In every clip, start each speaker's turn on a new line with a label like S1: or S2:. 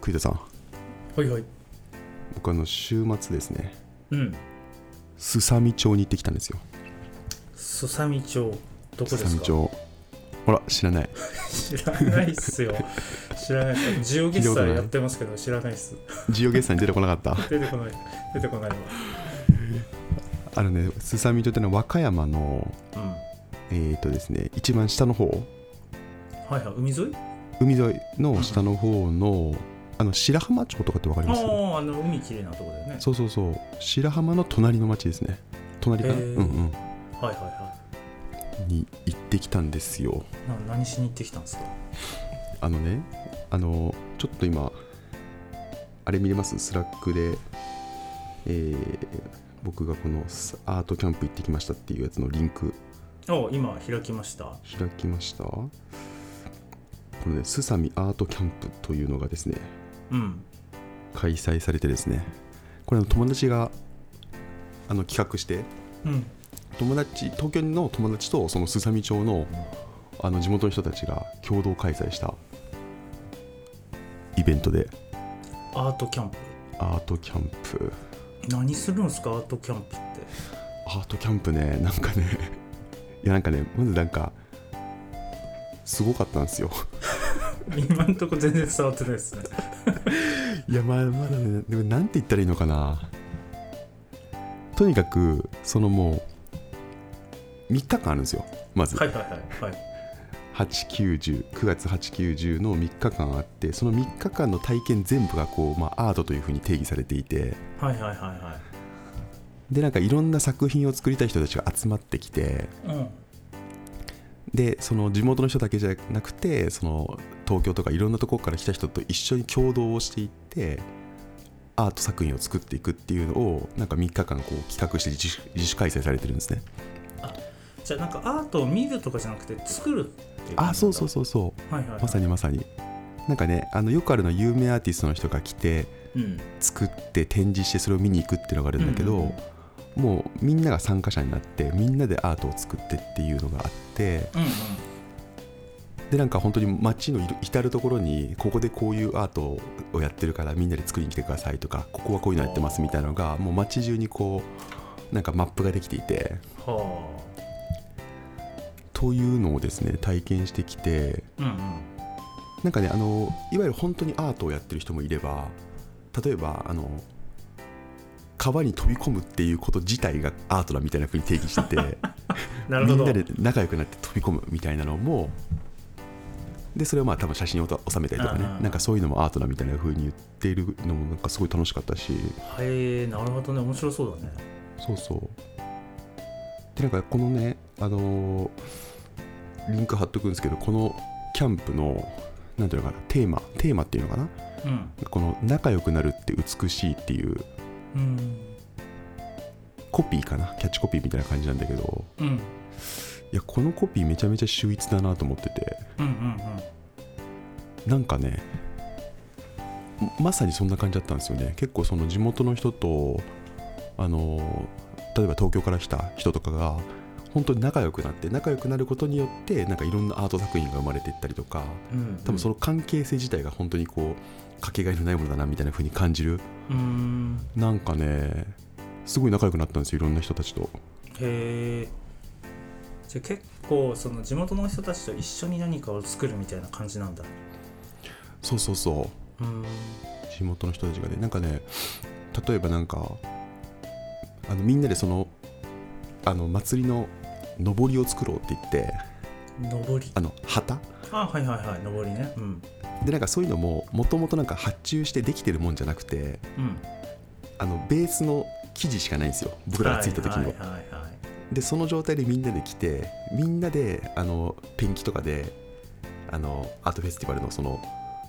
S1: 栗田さん
S2: はいはい
S1: 僕あの週末ですね
S2: うん
S1: すさみ町に行ってきたんですよ
S2: すさみ町どこです
S1: す
S2: か
S1: さみ町ほら知らない
S2: 知らないっす よ知らないっす自由月祭やってますけど知らないっす
S1: ジオゲスさんに出てこなか った
S2: 出てこない出てこないわ
S1: あのねすさみ町ってのは和歌山の
S2: うん
S1: えっ、ー、とですね一番下の方
S2: はいはい海沿い
S1: 海沿いの下の方のあの白浜町とかってわかり
S2: あ
S1: ます
S2: ああの海きれいなとこだよね
S1: そうそうそう白浜の隣の町ですね隣かな、
S2: へー
S1: うんうん
S2: はいはいは
S1: に行ってきたんですよ
S2: いな何しに行ってきたんですか
S1: あのねあのちょっと今あれ見れますスラックで、えー僕がこのスアートキャンプ行ってきましたっていうやつのリンク
S2: お今開きました
S1: 開きましたこのねすさみアートキャンプというのがですね
S2: うん
S1: 開催されてですねこれあの友達があの企画して
S2: うん
S1: 友達東京の友達とそのすさみ町のあの地元の人たちが共同開催したイベントで
S2: アートキャンプ
S1: アートキャンプ
S2: 何するんすかアートキャンプって
S1: アートキャンプね なんかねいやなんかねまずなんかすごかったんですよ
S2: 今んとこ全然伝わってないですね
S1: いやまあまだねでもなんて言ったらいいのかなとにかくそのもう3日間あるんですよまず、
S2: はいはいはいはい
S1: 8910月8910の3日間あってその3日間の体験全部がこう、まあ、アートというふうに定義されていて
S2: はいはいは
S1: でなんかいろんな作品を作りたい人たちが集まってきて
S2: いはいうん
S1: でその地元の人だけじゃなくてその東京とかいろんなところから来た人と一緒に共同をしていってアート作品を作っていくっていうのをなんか3日間こう企画して自主自主開催されてるんですね
S2: じゃあなんかアートを見るとかじゃなくて作るっていう
S1: あそうそう
S2: そ
S1: そうそう
S2: うはいはい、はい、
S1: まさにまさになんかねあのよくあるのは有名アーティストの人が来て
S2: うん
S1: 作って展示してそれを見に行くっていうのがあるんだけど、
S2: うんうん
S1: もうみんなが参加者になってみんなでアートを作ってっていうのがあって
S2: うんうん
S1: でなんか本当に街のいる至る所にここでこういうアートをやってるからみんなで作りに来てくださいとかここはこういうのやってますみたいなのがもう街中にこうなんかマップができていて
S2: は
S1: というのをですね体験してきて
S2: あうんうん
S1: なんかねあのいわゆる本当にアートをやってる人もいれば例えばあの川に飛び込むっていうこと自体がアートだみたいな風に定義してて
S2: なる
S1: み
S2: ほど
S1: んなで仲良くなって飛び込むみたいなのもでそれをまあ多分写真をと収めたりとかね
S2: うんうん
S1: なんかそういうのもアートだみたいな風に言っているのもなんかすごい楽しかったし
S2: へえなるほどね面白そうだね
S1: そうそうでなんかこのねあのーリンク貼っとくんですけどこのキャンプのなんていうのかなテーマテーマっていうのかな
S2: うん
S1: この「仲良くなるって美しい」っていう
S2: うん
S1: コピーかなキャッチコピーみたいな感じなんだけど
S2: うん
S1: いやこのコピーめちゃめちゃ秀逸だなと思ってて
S2: うんうん
S1: なんかねままさにそんな感じだったんですよね結構その地元の人とあの例えば東京から来た人とかが本当に仲良くなって仲良くなることによってなんかいろんなアート作品が生まれていったりとか
S2: うんうん
S1: 多分その関係性自体が本当にこうかけがえのないものだなみたいな風に感じる
S2: うん
S1: なんかねすごい仲良くなったんですよいろんな人たちと
S2: へえじゃあ結構その地元の人たちと一緒に何かを作るみたいな感じなんだ
S1: そうそうそ
S2: うん
S1: う地元の人たちがねなんかね例えばなんかあのみんなでそのあの祭りの上りを作ろうって言って
S2: 上り
S1: あの旗
S2: あはいはいはい上りねうん
S1: でなんかそういうのももともとなんか発注してできてるもんじゃなくて
S2: うん
S1: あのベースの生地しかないんですよ僕らがついた時の、
S2: はいはいはいはい
S1: でその状態でみんなで来てみんなであのペンキとかであのアートフェスティバルのその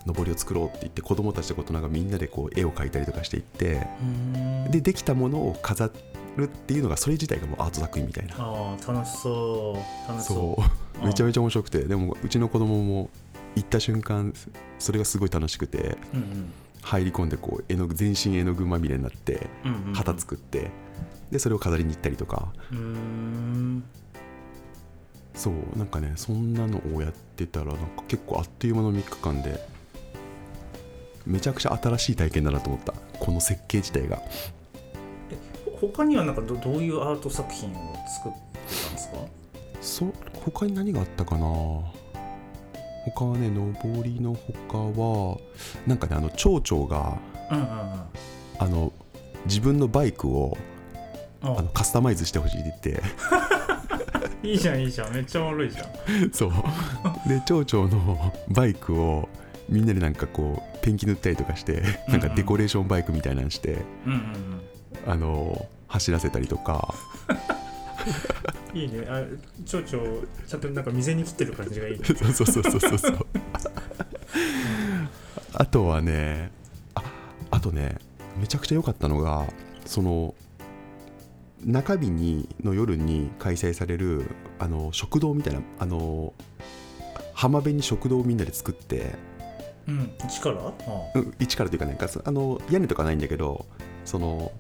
S1: 上りを作ろうって言って子供たちとことなんかみんなでこう絵を描いたりとかしていって
S2: うん
S1: でできたものを飾るっていうのがそれ自体がもうアート作品みたいな
S2: ああ楽しそう楽しそう
S1: そううんめちゃめちゃ面白くてでもうちの子供も行った瞬間それがすごい楽しくて
S2: うん
S1: 入り込んでこう絵の具全身絵の具まみれになって
S2: うんうんうん
S1: 旗作ってでそれを飾りに行ったりとか
S2: うーん
S1: そうなんかねそんなのをやってたらなんか結構あっという間の3日間でめちゃくちゃ新しい体験だなと思ったこの設計自体が
S2: 他にはなんかどどういうアート作品を作ってたんですか
S1: そ他に何があったかな他はね上りの他はなんかねあの町長が
S2: うんうんうん
S1: あの自分のバイクを
S2: あ
S1: あのカスタマイズしてほしいって
S2: いいじゃんいいじゃんめっちゃおもろいじゃん
S1: 言ってそうで町長のバイクをみんなでなんかこうペンキ塗ったりとかしてなんかデコレーションバイクみたいなのして、
S2: うんうん
S1: あの走らせたりとか
S2: うんいいねあ蝶々ちゃんとなんか店に来てる感じがいい ね
S1: そうそうそうそうそうそうあとはねああとねめちゃくちゃ良かったのがその中日にの夜に開催されるあの食堂みたいなあの浜辺に食堂をみんなで作って、
S2: うん力あ
S1: うん、一からというかなんかそあの屋根とかないんだけどその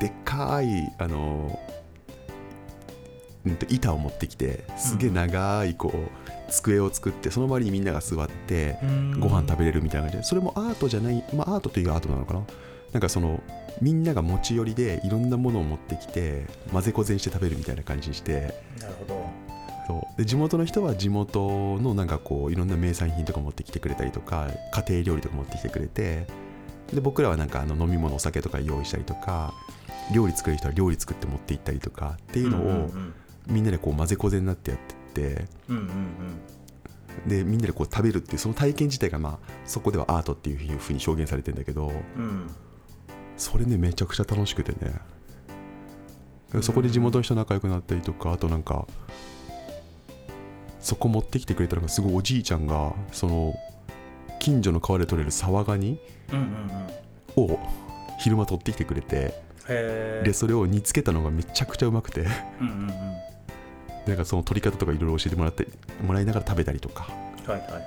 S1: でっかいあの、うんと、板を持ってきてすげえ長いこう机を作ってその周りにみんなが座って、ご飯食べれるみたいな感じでそれもアートじゃないまあアートというアートなのかななんかそのみんなが持ち寄りでいろんなものを持ってきて混ぜこぜにして食べるみたいな感じにして
S2: べなるほど
S1: そうで地元の人は地元のなんかこういろんな名産品とか持ってきてくれたりとか家庭料理とか持ってきてくれてで僕らはなんかあの飲み物お酒とか用意したりとか料理作る人は料理作って持って行ったりとかっていうの
S2: うん
S1: をみんなでこう混ぜこぜになってやってって。
S2: うんうんうんうん
S1: でみんなでこう食べるっていうその体験自体が、まあ、そこではアートっていうふうに表現されてんだけど
S2: うんうん
S1: それねめちゃくちゃ楽しくてねそこで地元の人仲良くなったりとかあとなんかそこ持ってきてくれたのがすごいおじいちゃんがその近所の川で取れるサワガニ
S2: うんうんうん
S1: を昼間取ってきてくれて
S2: へ
S1: で
S2: え
S1: それを煮つけたのがめちゃくちゃうまくて
S2: うんうんうん
S1: なんかその取り方とかいろいろ教えてもらってもらいながら食べたりとか
S2: はいはいはい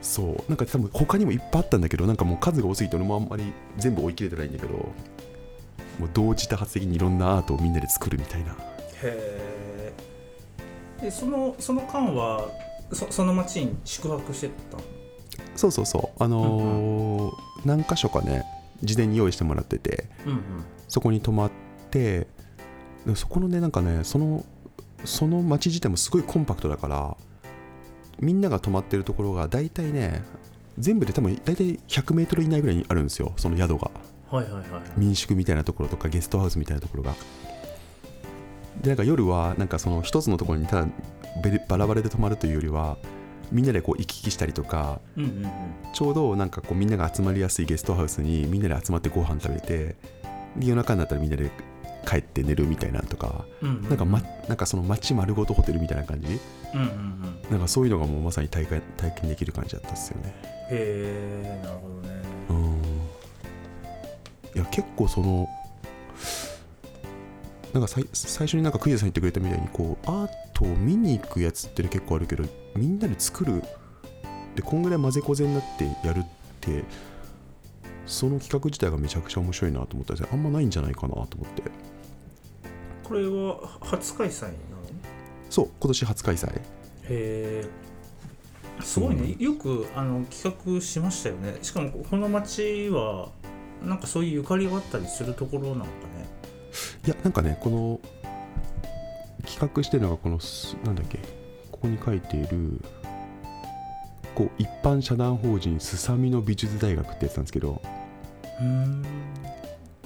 S1: そうなんか多分他にもいっぱいあったんだけどなんかもう数が多すぎて俺もあんまり全部追い切れてないんだけどもう同時多発的にいろんなアートをみんなで作るみたいな
S2: へえでそのその間はそその町に宿泊してたの
S1: そうそうそうあのー何箇所かね事前に用意してもらってて
S2: うん
S1: そこに泊まってでそこのねなんかねそのその町自体もすごいコンパクトだからみんなが泊まってるところが大体ね全部で多分大体100メートル以内ぐらいにあるんですよその宿が
S2: うんはいはいはい
S1: 民宿みたいなところとかゲストハウスみたいなところがでなんか夜はなんかその一つのところにただべバラバラで泊まるというよりはみんなでこう行き来したりとか
S2: うんうんうん
S1: ちょうどなんかこうみんなが集まりやすいゲストハウスにみんなで集まってご飯食べてで夜中になったらみんなで帰って寝るみたいなのとか、
S2: うん
S1: なんかま、なんかその街丸ごとホテルみたいな感じ
S2: うんうんうん
S1: なんかそういうのがもうまさに体験体験できる感じだったっすよね
S2: へえなるほどね
S1: うんいや結構そのなんかさい最初になんかクイズさん言ってくれたみたいにこうアートを見に行くやつってね結構あるけどみんなで作るでこんぐらい混ぜこぜになってやるってその企画自体がめちゃくちゃ面白いなと思ったんですよあんまないんじゃないかなと思って
S2: これは初開催なの
S1: そう今年初開催
S2: へえすごいね、よくあの企画しましたよねしかもこの町はなんかそういうゆかりがあったりするところなんかね
S1: いやなんかねこの企画してるのがこのすなんだっけここに書いているこう一般社団法人すさみの美術大学ってやつなんですけど
S2: うーん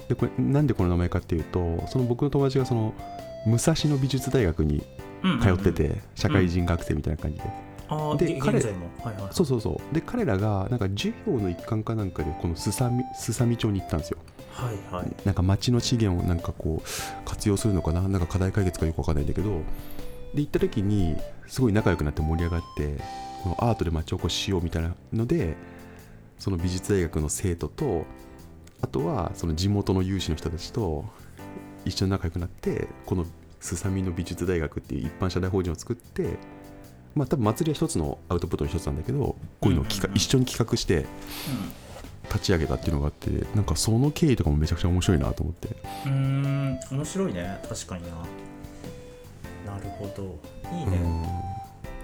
S1: でこれなんでこの名前かっていうとその僕の友達がその武蔵野美術大学に
S2: うんうんうん
S1: 通ってて社会人学生みたいな感じで、
S2: ああ
S1: で
S2: で
S1: 彼
S2: 現在もはいはい
S1: そうそうそうで彼らがなんか授業の一環かなんかでこのすさみすさみ町に行ったんですよ
S2: はいはい
S1: なんか町の資源をなんかこう活用するのかななんか課題解決かよくわかんないんだけどで行った時にすごい仲良くなって盛り上がってこのアートで町おこししようみたいなのでその美術大学の生徒とあとはその地元の有志の人たちと一緒に仲良くなってこのすさみの美術大学っていう一般社団法人を作ってまあ多分祭りは一つのアウトプットの一つなんだけどこういうのを企画
S2: うんうんうん
S1: 一緒に企画して立ち上げたっていうのがあってなんかその経緯とかもめちゃくちゃ面白いなと思って
S2: うーん面白いね確かにななるほどいいね、
S1: うん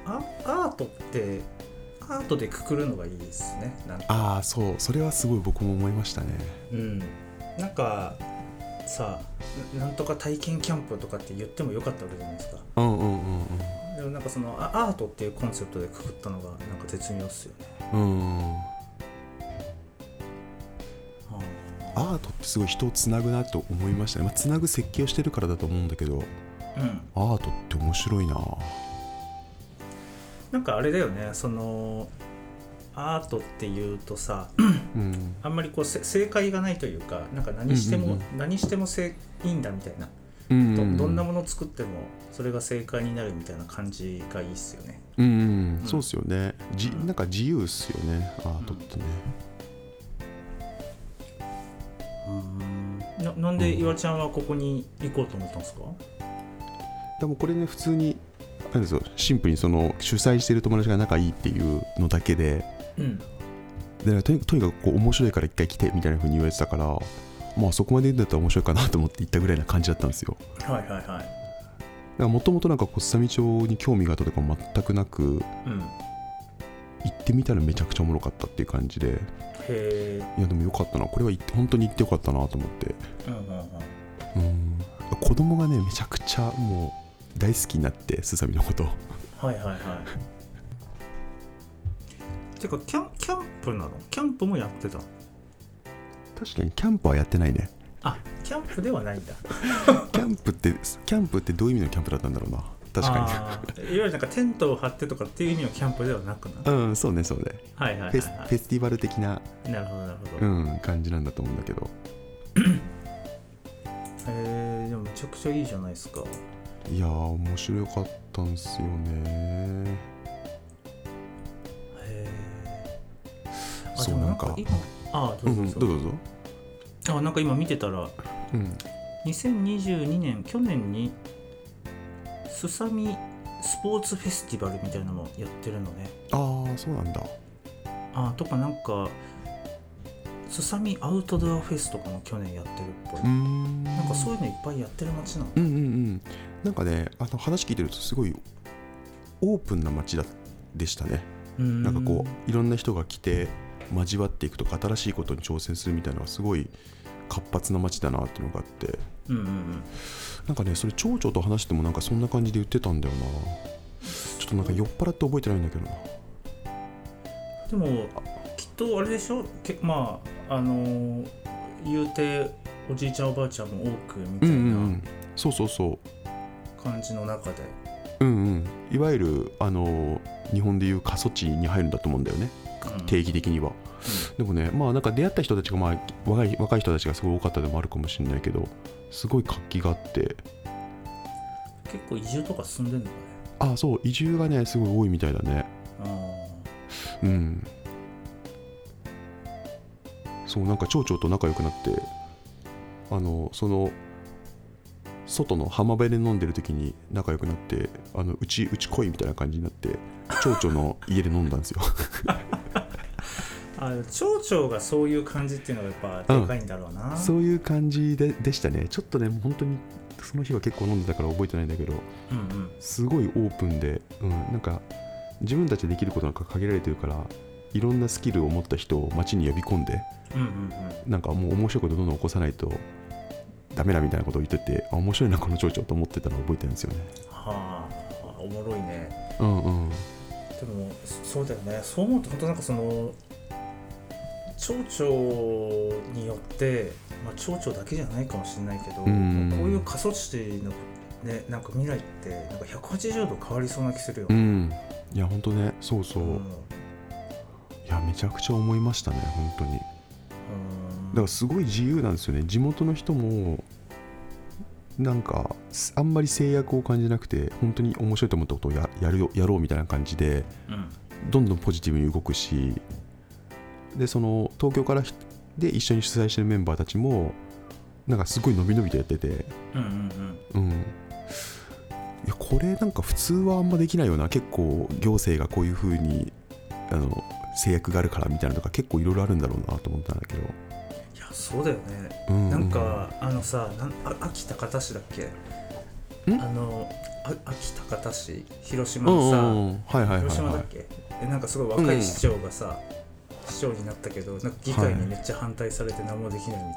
S2: あアートってアハートでくくるのがいいですねなんか
S1: ああそうそれはすごい僕も思いましたね
S2: うんなんかさななんとか体験キャンプとかって言ってもよかったわけじゃないですか
S1: うんうんうん
S2: でもなんかそのあアートっていうコンセプトでくくったのがなんか絶妙っすよね、
S1: うんうん
S2: は
S1: アートってすごい人をつなぐなと思いましたね、まあ、つなぐ設計をしてるからだと思うんだけど
S2: あうん
S1: アートって面白いな
S2: なんかあれだよねそのアートっていうとさ
S1: うん
S2: あんまりこうせ正解がないというかなんか何しても、
S1: うんうん
S2: 何してもせいいんだみたいな、
S1: う
S2: どどんな
S1: も
S2: ものを作ってもそれが正解になるみたいな感じがいいっすよね
S1: うん、うん、そうっすよねじなんか自由っすよねアートってね、
S2: ななんで岩ちゃんはここに行こうと思ったんですか、
S1: でもこれね普通になんですよシンプルにその主催してる友達が仲いいっていうのだけで
S2: うん、
S1: でとにとにかくこう面白いから一回来てみたいな風に言われてたからまあそこまで言うんだったら面白いかなと思って行ったぐらいな感じだったんですよ
S2: はいはいは
S1: だ
S2: い
S1: からもともとなんかこうすさみ町に興味があったとかも全くなく
S2: うん
S1: 行ってみたらめちゃくちゃおもろかったっていう感じで
S2: へえ
S1: いやでもよかったなこれは行って本当に行ってよかったなと思って
S2: うんうんうん
S1: うん子供がねめちゃくちゃもう大好きになってすさみのこと
S2: はいはいはい てかキャンキャンプなのキャンプもやってた
S1: 確かにキャンプはやってないね
S2: あキャンプではないんだ
S1: キャンプってキャンプってどういう意味のキャンプだったんだろうな確か
S2: かにいわゆるなんかテントを張ってとかっていう意味のキャンプではなくな
S1: にうんそうねそうね
S2: はいはいはい、
S1: フェス
S2: は、
S1: フェスティバル的ない
S2: なるほどなるほど、
S1: う
S2: へ
S1: ん感じなんだと思うんだけど
S2: えでもめちゃくちゃいいじゃないですか
S1: いやー面白かったんすよね
S2: へえあ
S1: そう
S2: でも
S1: なんか
S2: 今あ
S1: う
S2: ど
S1: ん
S2: うぞ
S1: うど
S2: どうんぞ、
S1: うぞどうぞ
S2: あなんか今見てたら
S1: うん
S2: 2022年去年にすさみスポーツフェスティバルみたいなのもやってるのね
S1: ああそうなんだ
S2: あとかなんかすさみアウトドアフェスとかも去年やってるっぽい、
S1: うーん
S2: なんかそういうのいっぱいやってる街なの
S1: うんうんうんなんかねあの話聞いてるとすごいオープンな街だでしたね
S2: うん
S1: なんかこういろんな人が来て交わっていくとか新しいことに挑戦するみたいなのがすごい活発な街だなっていうのがあって
S2: うんうんうん
S1: なんかねそれ町長と話してもなんかそんな感じで言ってたんだよなちょっとなんか酔っ払って覚えてないんだけどな
S2: でもきっとあれでしょけまああのー言うておじいちゃんおばあちゃんも多くみた
S1: う
S2: い
S1: んうんう
S2: なん
S1: そうそうそ
S2: 感じの中で、
S1: ううんうんいわゆるあの日本でいう過疎地に入るんだと思うんだよね
S2: うん
S1: 定義的には、でもねまあなんか出会った人たちが、まあ、若い若い人たちがすごい多かったでもあるかもしれないけどすごい活気があって
S2: 結構移住とか進んでんのかね
S1: あそう移住がねすごい多いみたいだね
S2: あ
S1: うんそうなんか町長と仲良くなってあのその外の浜辺で飲んでる時に仲良くなってあのうちうち来いみたいな感じになって町長の家で飲んだんですよ
S2: ー町長がそういう感じっていうのがやっぱでかいんだろうな、
S1: そういう感じででしたねちょっとね本当にその日は結構飲んでたから覚えてないんだけど
S2: うんうん
S1: すごいオープンで、うん、なんか自分たちでできることなんか限られてるからいろんなスキルを持った人を街に呼び込んで
S2: うんうんうん
S1: なんかもう面白いことどんどん起こさないとダメだみたいなことを言っててあ面白いなこの町長と思ってたのを覚えてるんですよね
S2: はあおもろいね
S1: うんうん
S2: でもそそうだよねそう思うと本当なんかその町長によって、まあ、町長だけじゃないかもしれないけど、
S1: うん
S2: こういう過疎地の、ね、なんか未来ってなんか180度変わりそうな気するよ
S1: う
S2: ね、
S1: んいや本当ねそうそう、
S2: うん
S1: いやめちゃくちゃ思いましたね本当にだからすごい自由なんですよね地元の人もなんかすあんまり制約を感じなくて本当に面白いと思ったことをややるよやろうみたいな感じで
S2: うんうん
S1: どんどんポジティブに動くしでその東京からひで一緒に主催してるメンバーたちもなんかすごい伸び伸びとやってて
S2: うんうん
S1: うんいやこれなんか普通はあんまできないような結構行政がこういう風にあの制約があるからみたいなのとか結構いろいろあるんだろうなと思ったんだけど、
S2: いやそうだよね
S1: うう
S2: なんか、あのさなんあ秋田方市だっけあ
S1: ん
S2: のあ秋高田市広島
S1: うん
S2: の
S1: う
S2: さ、
S1: んうんはいはいはい
S2: 広島だ
S1: は
S2: っけ、えなんかすごい若い市長がさ、市長になったけどなんか議会にめっちゃ反対されて何もできないみたいな、
S1: い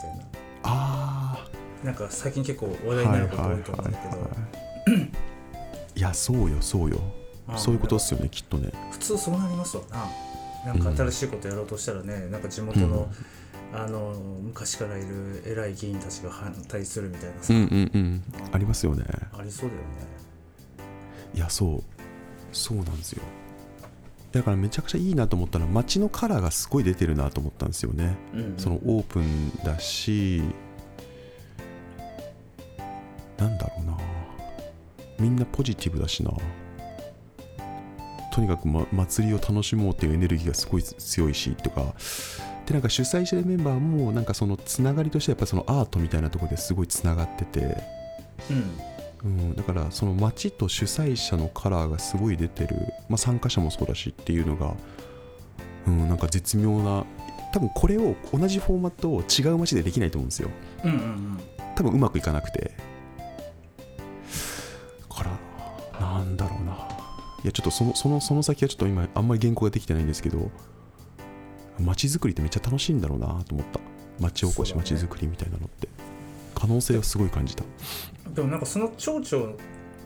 S1: あ
S2: なんか最近結構話
S1: あ
S2: 題に
S1: は
S2: ない
S1: は
S2: る
S1: い
S2: こ
S1: はい
S2: と多いと思うんだけど、
S1: はいいやそうよそうよ
S2: まあ
S1: そういうことっすよねきっとね
S2: 普通そうなりますわななんか新しいことやろうとしたらね、なんか地元の,、あの昔からいる偉い議員たちが反対するみたいな
S1: う
S2: さ、
S1: んうんうんありますよね
S2: ありそうだよね
S1: いやそうそうなんですよだからめちゃくちゃいいなと思ったのは街のカラーがすごい出てるなと思ったんですよね、
S2: うんうん
S1: そのオープンだしなんだろうなみんなポジティブだしなとにかく、ま、祭りを楽しもうっていうエネルギーがすごい強いしとかでなんか主催してるメンバーもなんかそのつながりとしてやっぱそのアートみたいなところですごいつながってて
S2: うん
S1: うん、だからその街と主催者のカラーがすごい出てる、まあ、参加者もそうだしっていうのが、うん、なんか絶妙な多分これを同じフォーマットを違う街でできないと思うんですよ
S2: うんうんうん
S1: 多分うまくいかなくてだからなんだろうないやちょっとそのそのその先はちょっと今あんまり原稿ができてないんですけど街づくりってめっちゃ楽しいんだろうなと思った街おこし
S2: そうだね
S1: 街づくりみたいなのって、可能性をすごい感じた
S2: でもなんかその町長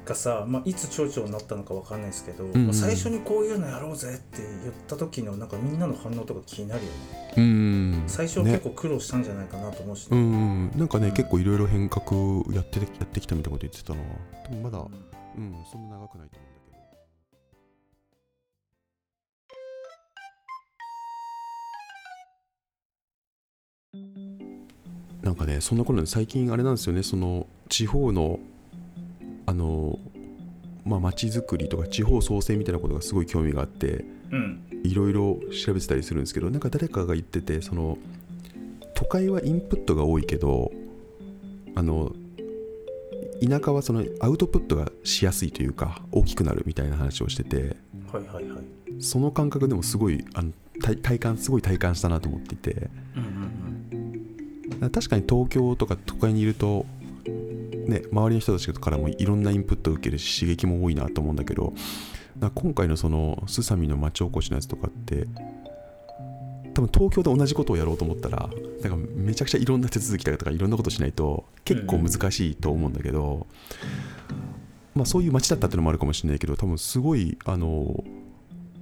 S2: がさ、まあ、いつ町長になったのかわかんないですけど、
S1: うん
S2: まあ最初にこういうのやろうぜって言った時のなんかみんなの反応とか気になるよね
S1: うん
S2: 最初は結構苦労したんじゃないかなと思うし、
S1: う
S2: ね
S1: んうんなんかね、
S2: うん
S1: 結構いろいろ変革やってやってきたみたいなこと言ってたなでもまだ、うん、そんな長くないと思うんだけどなんかねそんなことで最近あれなんですよねその地方のあのまあ町づくりとか地方創生みたいなことがすごい興味があって
S2: うん
S1: いろいろ調べてたりするんですけどなんか誰かが言っててその都会はインプットが多いけどあの田舎はそのアウトプットがしやすいというか大きくなるみたいな話をしてて
S2: はいはいはい
S1: その感覚でもすごいあの体体感すごい体感したなと思っていて
S2: うんうん
S1: 確かに東京とか都会にいると、ね、周りの人たちからもいろんなインプットを受けるし刺激も多いなと思うんだけどなんか今回のそのすさみの町おこしのやつとかって多分東京で同じことをやろうと思ったらなんかめちゃくちゃいろんな手続きだとかいろんなことしないと結構難しいと思うんだけど、まあ、そういう街だったっていうのもあるかもしれないけど多分すごいあの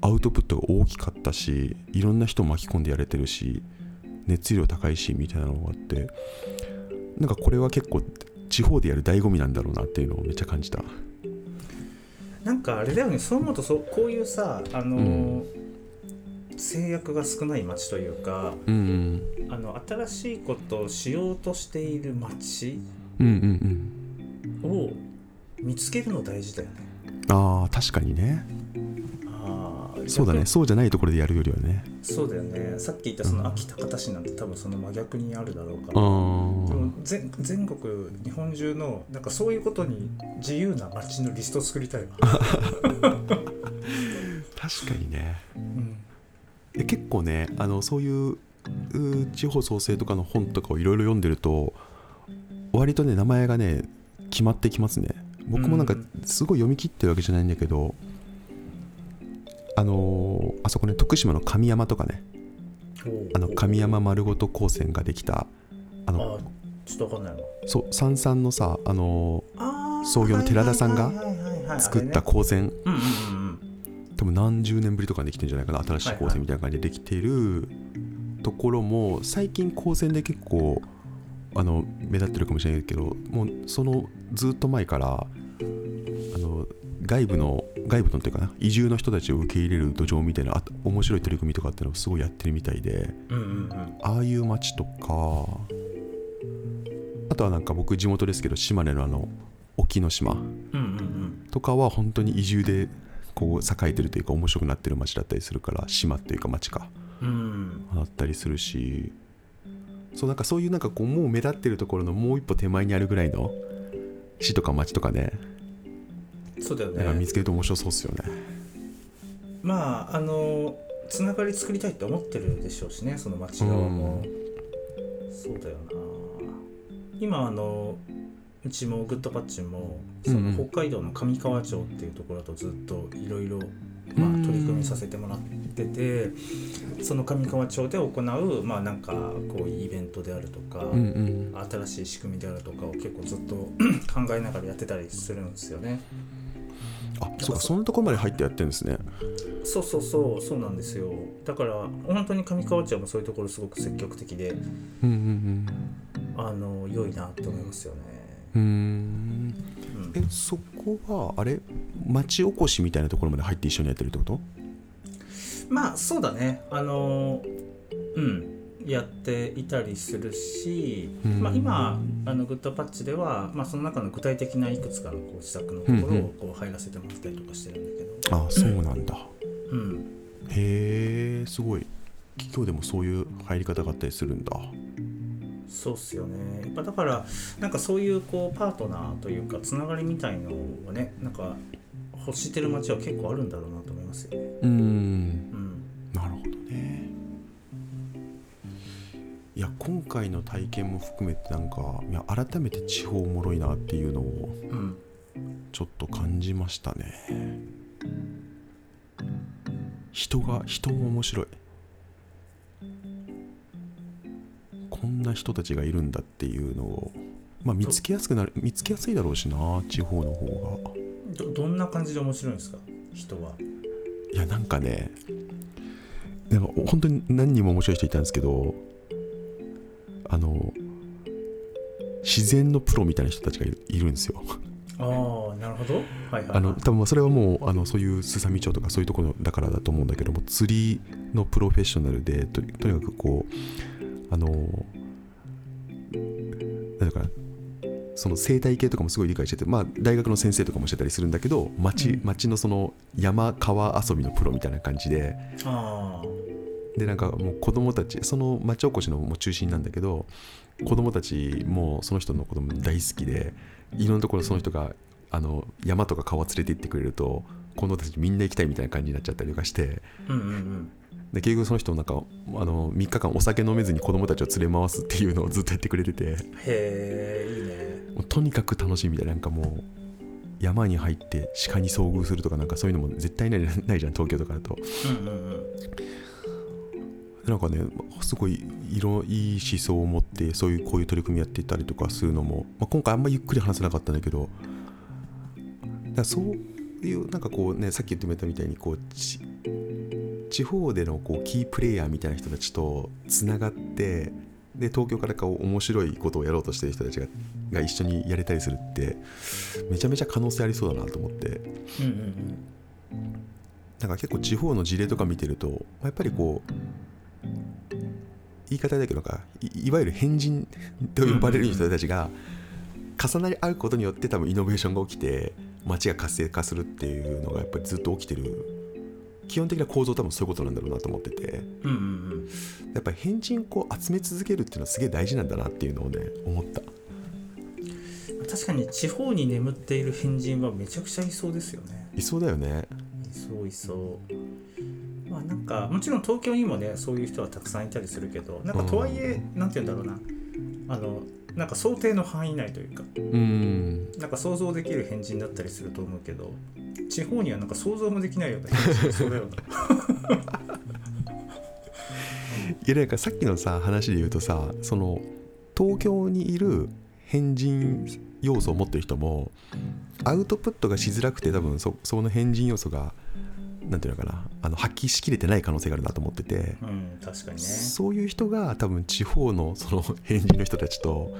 S1: アウトプットが大きかったしいろんな人を巻き込んでやれてるし熱量高いしみたいなのがあってなんかこれは結構地方でやる醍醐味なんだろうなっていうのをめっちゃ感じた
S2: うんなんかあれだよねそう思うとそうこういうさあのー制約が少ない町というか
S1: うん
S2: あの新しいことをしようとしている町
S1: うんうんうん
S2: を見つけるの大事だよね
S1: ああ確かにね
S2: あー
S1: そうだねそうじゃないところでやるよりはね
S2: そうだよねさっき言ったその秋高田市なんて多分その真逆にあるだろう
S1: あ
S2: から、でも
S1: ー
S2: 全全国日本中のなんかそういうことに自由な街のリスト作りたいわ、
S1: 確かにね
S2: うん、
S1: で結構ねあのそういううー地方創生とかの本とかをいろいろ読んでると割とね名前がね決まってきますね僕もなんか
S2: うん
S1: すごい読み切ってるわけじゃないんだけど、あのーあそこね徳島の神山とかねあの神山丸ごと高専ができたあ
S2: あ
S1: の
S2: ーちょっとわかんないわ
S1: そう三三のさあの
S2: あー
S1: 創業の寺田さんが
S2: はいはいはいはい
S1: 作った高専、
S2: あれねうんうんうん
S1: 多分何十年ぶりとかにできてるんじゃないかな新しい高専みたいな感じでできてるところも最近高専で結構あの目立ってるかもしれないけどもうそのずっと前からあの外部の外部のっていうかな移住の人たちを受け入れる土壌みたいなあ面白い取り組みとかっていうのをすごいやってるみたいで。
S2: うんうんうん
S1: ああいう町とかあとはなんか僕地元ですけど島根のあの沖ノ島
S2: うんうんうん
S1: とかは本当に移住でこう栄えてるというか面白くなってる町だったりするから島っていうか町か
S2: うん
S1: だったりするしそうなんかそういうなんかこうもう目立ってるところのもう一歩手前にあるぐらいの市とか町とかね
S2: そうだよ
S1: なんか見
S2: ね
S1: つけると面白そうっすよね
S2: まああのつながり作りたいって思ってるでしょうしねその町側も、そうだよな今あのうちもグッドパッチンも
S1: う
S2: そ
S1: んうん
S2: の北海道の上川町っていうところとずっといろいろ
S1: う
S2: まあ
S1: ん
S2: 取り組みさせてもらっててその上川町で行うまあなんかこういうイベントであるとか
S1: うんうん
S2: 新しい仕組みであるとかを結構ずっと 考えながらやってたりするんですよね。
S1: あそうかそんなところまで入ってやってるんですね
S2: そうそうそうそうなんですよだから本当に上川町もそういうところすごく積極的で
S1: うんうん
S2: あの良いなって思いますよね。
S1: うんうーん
S2: うん
S1: えそこはあれ町おこしみたいなところまで入って一緒にやってるってこと
S2: まあそうだねあのうんやっていたりするし、
S1: うん
S2: まあ、今あのグッドパッチでは、まあ、その中の具体的ないくつかのこう施策のところをこう入らせてもらったりとかしてるんだけど、
S1: あそうなんだ
S2: うん、
S1: へえすごい今日でもそういう入り方があったりするんだ
S2: そうっすよねやっぱだからなんかそういうこうパートナーというかつながりみたいのをねなんか欲してる街は結構あるんだろうなと思いますよね。
S1: うん
S2: うん
S1: なるほどねいや今回の体験も含めてなんかいや改めて地方おもろいなっていうのを
S2: うん
S1: ちょっと感じましたね人が人も面白いこんな人たちがいるんだっていうのをまあ見つけやすくなる見つけやすいだろうしな地方の方が
S2: どどんな感じで面白いんですか人は。
S1: いやなんかねなんか本当に何人も面白い人いたんですけどあの自然のプロみたいな人たちがいるいるんですよ
S2: ああなるほど。はいはい、はい、
S1: あの多分まあそれはもうあのそういうすさみ町とかそういうところだからだと思うんだけども釣りのプロフェッショナルでととにかくこうあのなんかその生態系とかもすごい理解してて、まあ、大学の先生とかもしてたりするんだけど町
S2: うん
S1: 町のその山川遊びのプロみたいな感じで
S2: ああ
S1: でなんかもう子供たちその町おこしのもう中心なんだけど子供たちもその人の子供大好きでいろんなところその人があの山とか川連れて行ってくれると子供たちみんな行きたいみたいな感じになっちゃったりとかして
S2: うんうんうん。
S1: で結局その人もなんかあの3日間お酒飲めずに子供たちを連れ回すっていうのをずっとやってくれてて
S2: へえいいね
S1: もうとにかく楽しいみたいななんかもう山に入って鹿に遭遇するとかなんかそういうのも絶対ないないじゃん東京とかだと。
S2: うんうんうん
S1: なんかねすごい色いい思想を持ってそういうこういう取り組みやっていたりとかするのも、まあ、今回あんまゆっくり話せなかったんだけどだからそういうなんかこうねさっき言ってもらったみたいにこうち地方でのこうキープレイヤーみたいな人たちとつながってで東京からこう面白いことをやろうとしてる人たちがが一緒にやれたりするってめちゃめちゃ可能性ありそうだなと思って。
S2: うんうん
S1: なんか結構地方の事例とか見てると、まあやっぱりこう言い方だけどなんかいいわゆる変人と呼ばれる人たちが重なり合うことによって多分イノベーションが起きて街が活性化するっていうのがやっぱりずっと起きてる基本的な構造多分そういうことなんだろうなと思ってて
S2: うんうんうんうん
S1: やっぱり変人こう集め続けるっていうのはすげえ大事なんだなっていうのをね思った
S2: 確かに地方に眠っている変人はめちゃくちゃいそうですよね
S1: いそうだよね
S2: いそういそうまあなんかもちろん東京にもねそういう人はたくさんいたりするけどなんかとはいえなんて言うんだろうなあのなんか想定の範囲内というか
S1: うん
S2: なんか想像できる変人だったりすると思うけど地方にはなんか想像もできないような変人いそうだよな
S1: いやなんかさっきのさ話で言うとさその東京にいる変人要素を持ってる人もアウトプットがしづらくて多分そその変人要素がなんていうのかなあの発揮しきれてない可能性があるなと思ってて、
S2: うん確かにね
S1: そういう人が多分地方のその変人の人たちと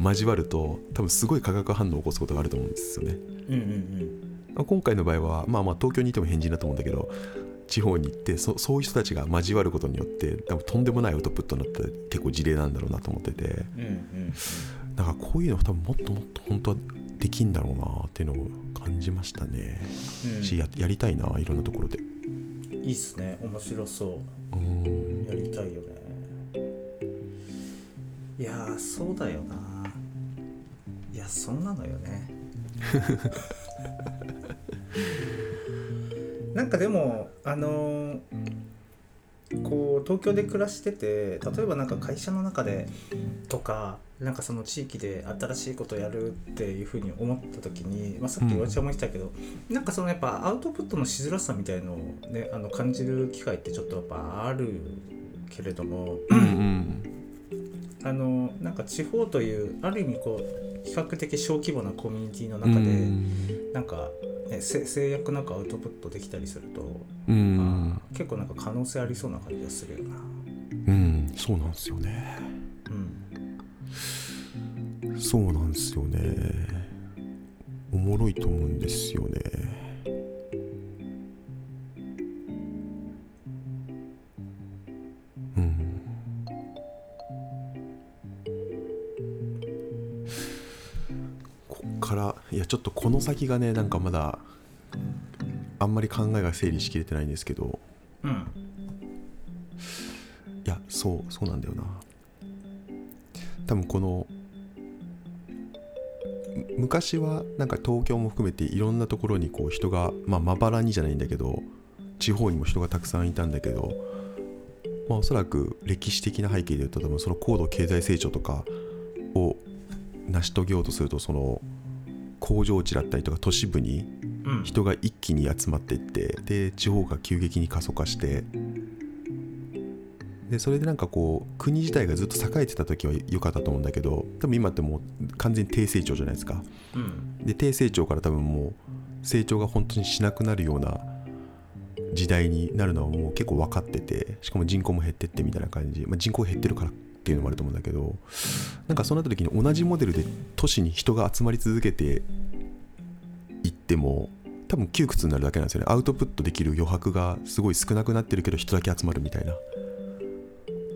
S1: 交わると多分すごい化学反応を起こすことがあると思うんですよね。
S2: うんうん
S1: まあ今回の場合はまあまあ東京にいても変人だと思うんだけど地方に行ってそそういう人たちが交わることによって多分とんでもないアウトプットになった結構事例なんだろうなと思ってて
S2: うんうんうん
S1: なんかこういうの多分もっともっと本当はできんだろうなっていうのを感じましたね、
S2: うん
S1: しややりたいないろんなところで
S2: いいっすね面白そううんやりたいよねいやーそうだよないやそんなのよねなんかでもあのーこ東京で暮らしてて例えばなんか会社の中でとかなんかその地域で新しいことをやるっていうふうに思った時に、まあ、さっき岩ちゃんも言ってたけど、なんかそのやっぱアウトプットのしづらさみたいのを、ね、あの感じる機会ってちょっとやっぱあるけれども。
S1: うんうん
S2: あのなんか地方というある意味こう比較的小規模なコミュニティの中で、
S1: うん
S2: なんか、ね、せ制約なくアウトプットできたりすると、
S1: うん
S2: あー結構なんか可能性ありそうな感じがするよな。
S1: うんそうなんですよね
S2: うん、
S1: そうなんですよねおもろいと思うんですよねうんこっからいやちょっとこの先がねなんかまだあんまり考えが整理しきれてないんですけど
S2: うん、
S1: いやそうそうなんだよな多分このむ昔はなんか東京も含めていろんなところにこう人が、まあ、まばらにじゃないんだけど地方にも人がたくさんいたんだけど、まあ、おそらく歴史的な背景で言うと多分その高度経済成長とかを成し遂げようとするとその工場地だったりとか都市部に
S2: うん、
S1: 人が一気に集まっていってで地方が急激に過疎化してでそれでなんかこう国自体がずっと栄えてた時は良かったと思うんだけど多分今ってもう完全に低成長じゃないですか
S2: うん、
S1: で低成長から多分もう成長が本当にしなくなるような時代になるのはもう結構分かっててしかも人口も減ってってみたいな感じ、まあ、人口減ってるからっていうのもあると思うんだけどなんかそうなった時に同じモデルで都市に人が集まり続けていっても多分窮屈になるだけなんですよねアウトプットできる余白がすごい少なくなってるけど人だけ集まるみたいな。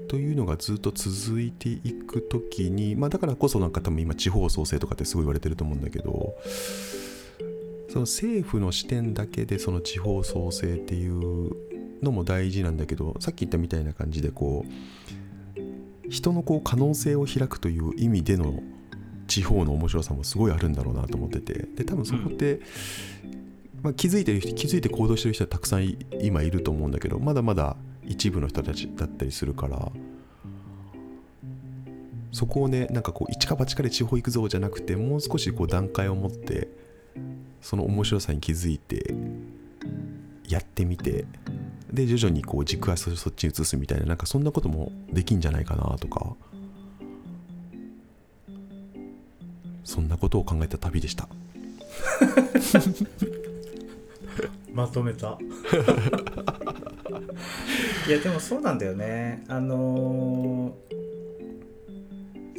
S1: というのがずっと続いていく時に、まあ、だからこそなんか多分今地方創生とかってすごい言われてると思うんだけどその政府の視点だけでその地方創生っていうのも大事なんだけどさっき言ったみたいな感じでこう人のこう可能性を開くという意味での地方の面白さもすごいあるんだろうなと思っててで多分そこって、まあ、気づいてる人気づいて行動してる人はたくさんい今いると思うんだけどまだまだ一部の人たちだったりするからそこをねなんかこう一か八かで地方行くぞじゃなくてもう少しこう段階を持ってその面白さに気づいてやってみてで徐々にこう軸足をそっちに移すみたいななんかそんなこともできんじゃないかなとかそんなことを考えた旅でした
S2: まとめた。 いやでもそうなんだよね。あのー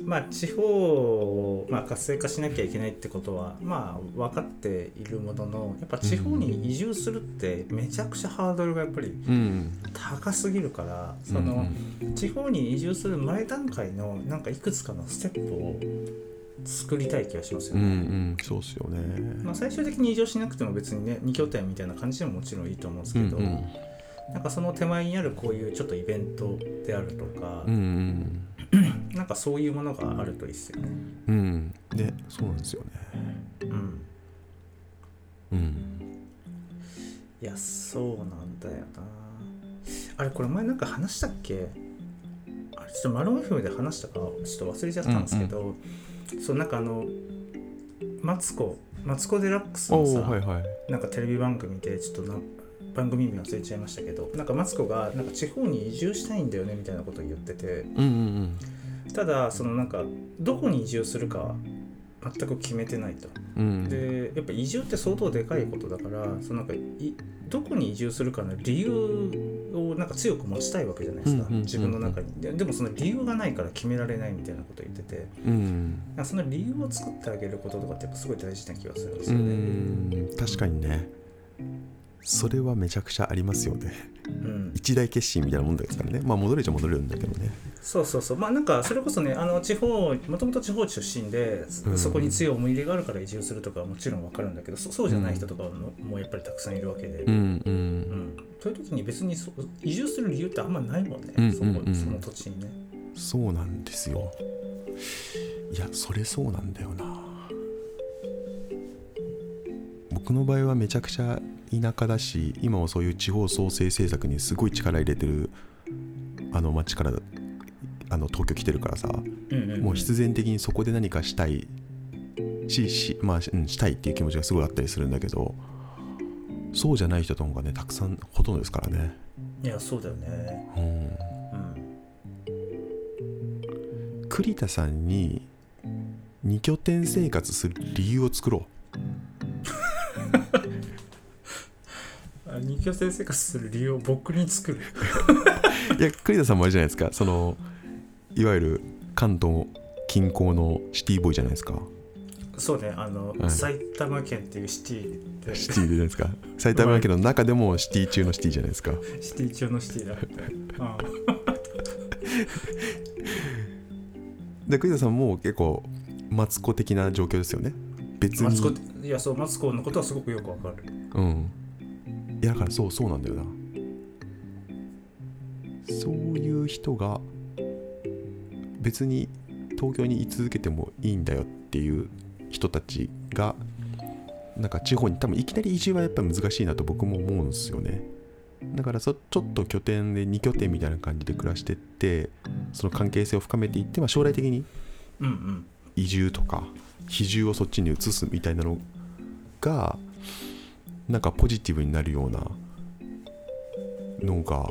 S2: まあ地方を、まあ、活性化しなきゃいけないってことはまあ分かっているもののやっぱ地方に移住するってめちゃくちゃハードルがやっぱり
S1: うん
S2: 高すぎるからその、地方に移住する前段階のなんかいくつかのステップを作りたい気がしますよ
S1: うんう
S2: ね。
S1: んそうっすよね
S2: まあ、最終的に移住しなくても別にね2拠点みたいな感じでももちろんいいと思うんですけど、
S1: うん
S2: なんかその手前にあるこういうちょっとイベントであるとか、
S1: うんうん
S2: なんかそういうものがあるといいっすよね。
S1: うんでそうなんですよね
S2: う
S1: う
S2: ん、
S1: ん
S2: いやそうなんだよなあれこれ前なんか話したっけあれちょっとマロン FM で話したかちょっと忘れちゃったんですけど、そうなんかあのマツコマツコ・デラックス
S1: お
S2: の
S1: お
S2: さ、
S1: ーはいはい
S2: なんかテレビ番組でちょっとな番組名忘れちゃいましたけどなんかマツコがなんか地方に移住したいんだよねみたいなことを言ってて
S1: うんうん
S2: ただそのなんかどこに移住するかは全く決めてないと
S1: うんうん
S2: でやっぱ移住って相当でかいことだからそのなんかいどこに移住するかの理由をなんか強く持ちたいわけじゃないですか、
S1: うんうんうんうん
S2: 自分の中にででもその理由がないから決められないみたいなこと言ってて
S1: うん
S2: なんかその理由を作ってあげることとかってやっぱすごい大事な気がするんです
S1: う
S2: よね、
S1: ん確かにねそれはめちゃくちゃありますよね
S2: うん、
S1: 一大決心みたいなもんですからねまあ戻れちゃ戻れるんだけどね
S2: そうそうそうまあなんかそれこそねあの地方もともと地方出身でそ
S1: うん
S2: そこに強い思い入れがあるから移住するとかはもちろんわかるんだけどそそうじゃない人とかも,、もうやっぱりたくさんいるわけで、
S1: んう
S2: うんんそういう時に別にそ移住する理由ってあんまないもんね、
S1: うん
S2: そこ
S1: うんうん
S2: その土地にね
S1: そうなんですよいやそれそうなんだよな僕の場合はめちゃくちゃ田舎だし今はそういう地方創生政策にすごい力入れてるあの町からあの東京来てるからさ
S2: うんうん
S1: もう必然的にそこで何かしたいしし,、まあうん、したいっていう気持ちがすごいあったりするんだけどそうじゃない人との方がねたくさんほとんどですからね。
S2: いやそうだよね
S1: うん
S2: うん
S1: 栗田さんに2拠点生活する理由を作ろ
S2: あ二拠点生活する理由を僕に作る
S1: ういや栗田さんもあれじゃないですかそのいわゆる関東近郊のシティボーイじゃないですか
S2: そうねあの、
S1: はい
S2: 埼玉県っていうシティで
S1: シティじゃないですか埼玉県の中でもシティ中のシティじゃないですか
S2: シティ中のシティだって、うん、
S1: で栗田さんも結構マツコ的な状況ですよね別
S2: マツコ
S1: に
S2: いやそうマツコのことはすごくよくわかる
S1: うんいやだからそうそうなんだよなそういう人が別に東京に居続けてもいいんだよっていう人たちがなんか地方に多分いきなり移住はやっぱり難しいなと僕も思うんですよねだからそちょっと拠点で2拠点みたいな感じで暮らしてってその関係性を深めていって、まあ、将来的に
S2: うんうん
S1: 移住とか比重をそっちに移すみたいなのがなんかポジティブになるようなのが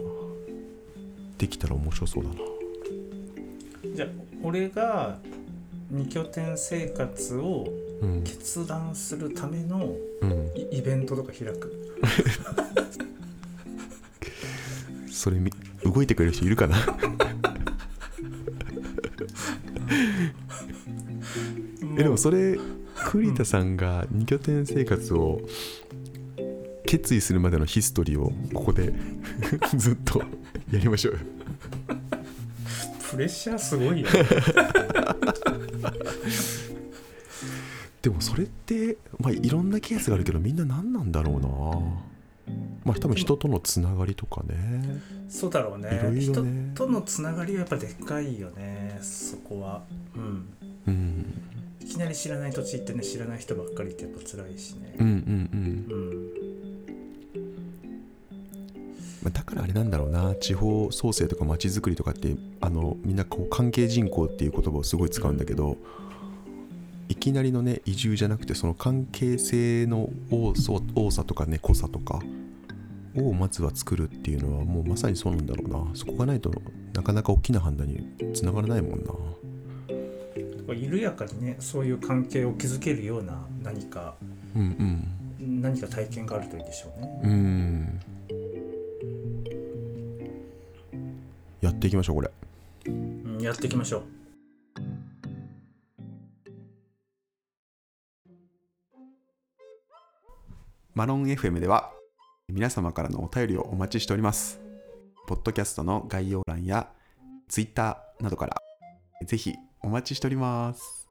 S1: できたら面白そうだな
S2: じゃあ俺が二拠点生活を
S1: うん
S2: 決断するための
S1: うん
S2: イイベントとか開く
S1: それみ動いてくれる人いるかなえでもそれ栗田さんが二拠点生活を決意するまでのヒストリーをここで ずっと やりましょうよ
S2: プレッシャーすごいよ
S1: でもそれって、まあ、いろんなケースがあるけどみんな何なんだろうなまあ多分人とのつながりとかね
S2: そうだろうね
S1: いろいろね
S2: 人とのつながりはやっぱでっかいよねそこはうん
S1: うん
S2: いきなり知らない土地行ってね知らない人ばっかりってやっぱ辛いしね
S1: うんうんうん、
S2: うん
S1: まあ、だからあれなんだろうな地方創生とか街づくりとかってあのみんなこう関係人口っていう言葉をすごい使うんだけど、いきなりのね移住じゃなくてその関係性の多さ多さとかね濃さとかをまずは作るっていうのはもうまさにそうなんだろうなそこがないとなかなか大きな判断につながらないもんな。
S2: 緩やかにねそういう関係を築けるような何か
S1: うん
S2: 何か体験があるといいでしょうね
S1: うんうんやっていきましょうこれ
S2: うんやっていきましょう
S1: マロン FM では皆様からのお便りをお待ちしておりますポッドキャストの概要欄や Twitter などからぜひお待ちしております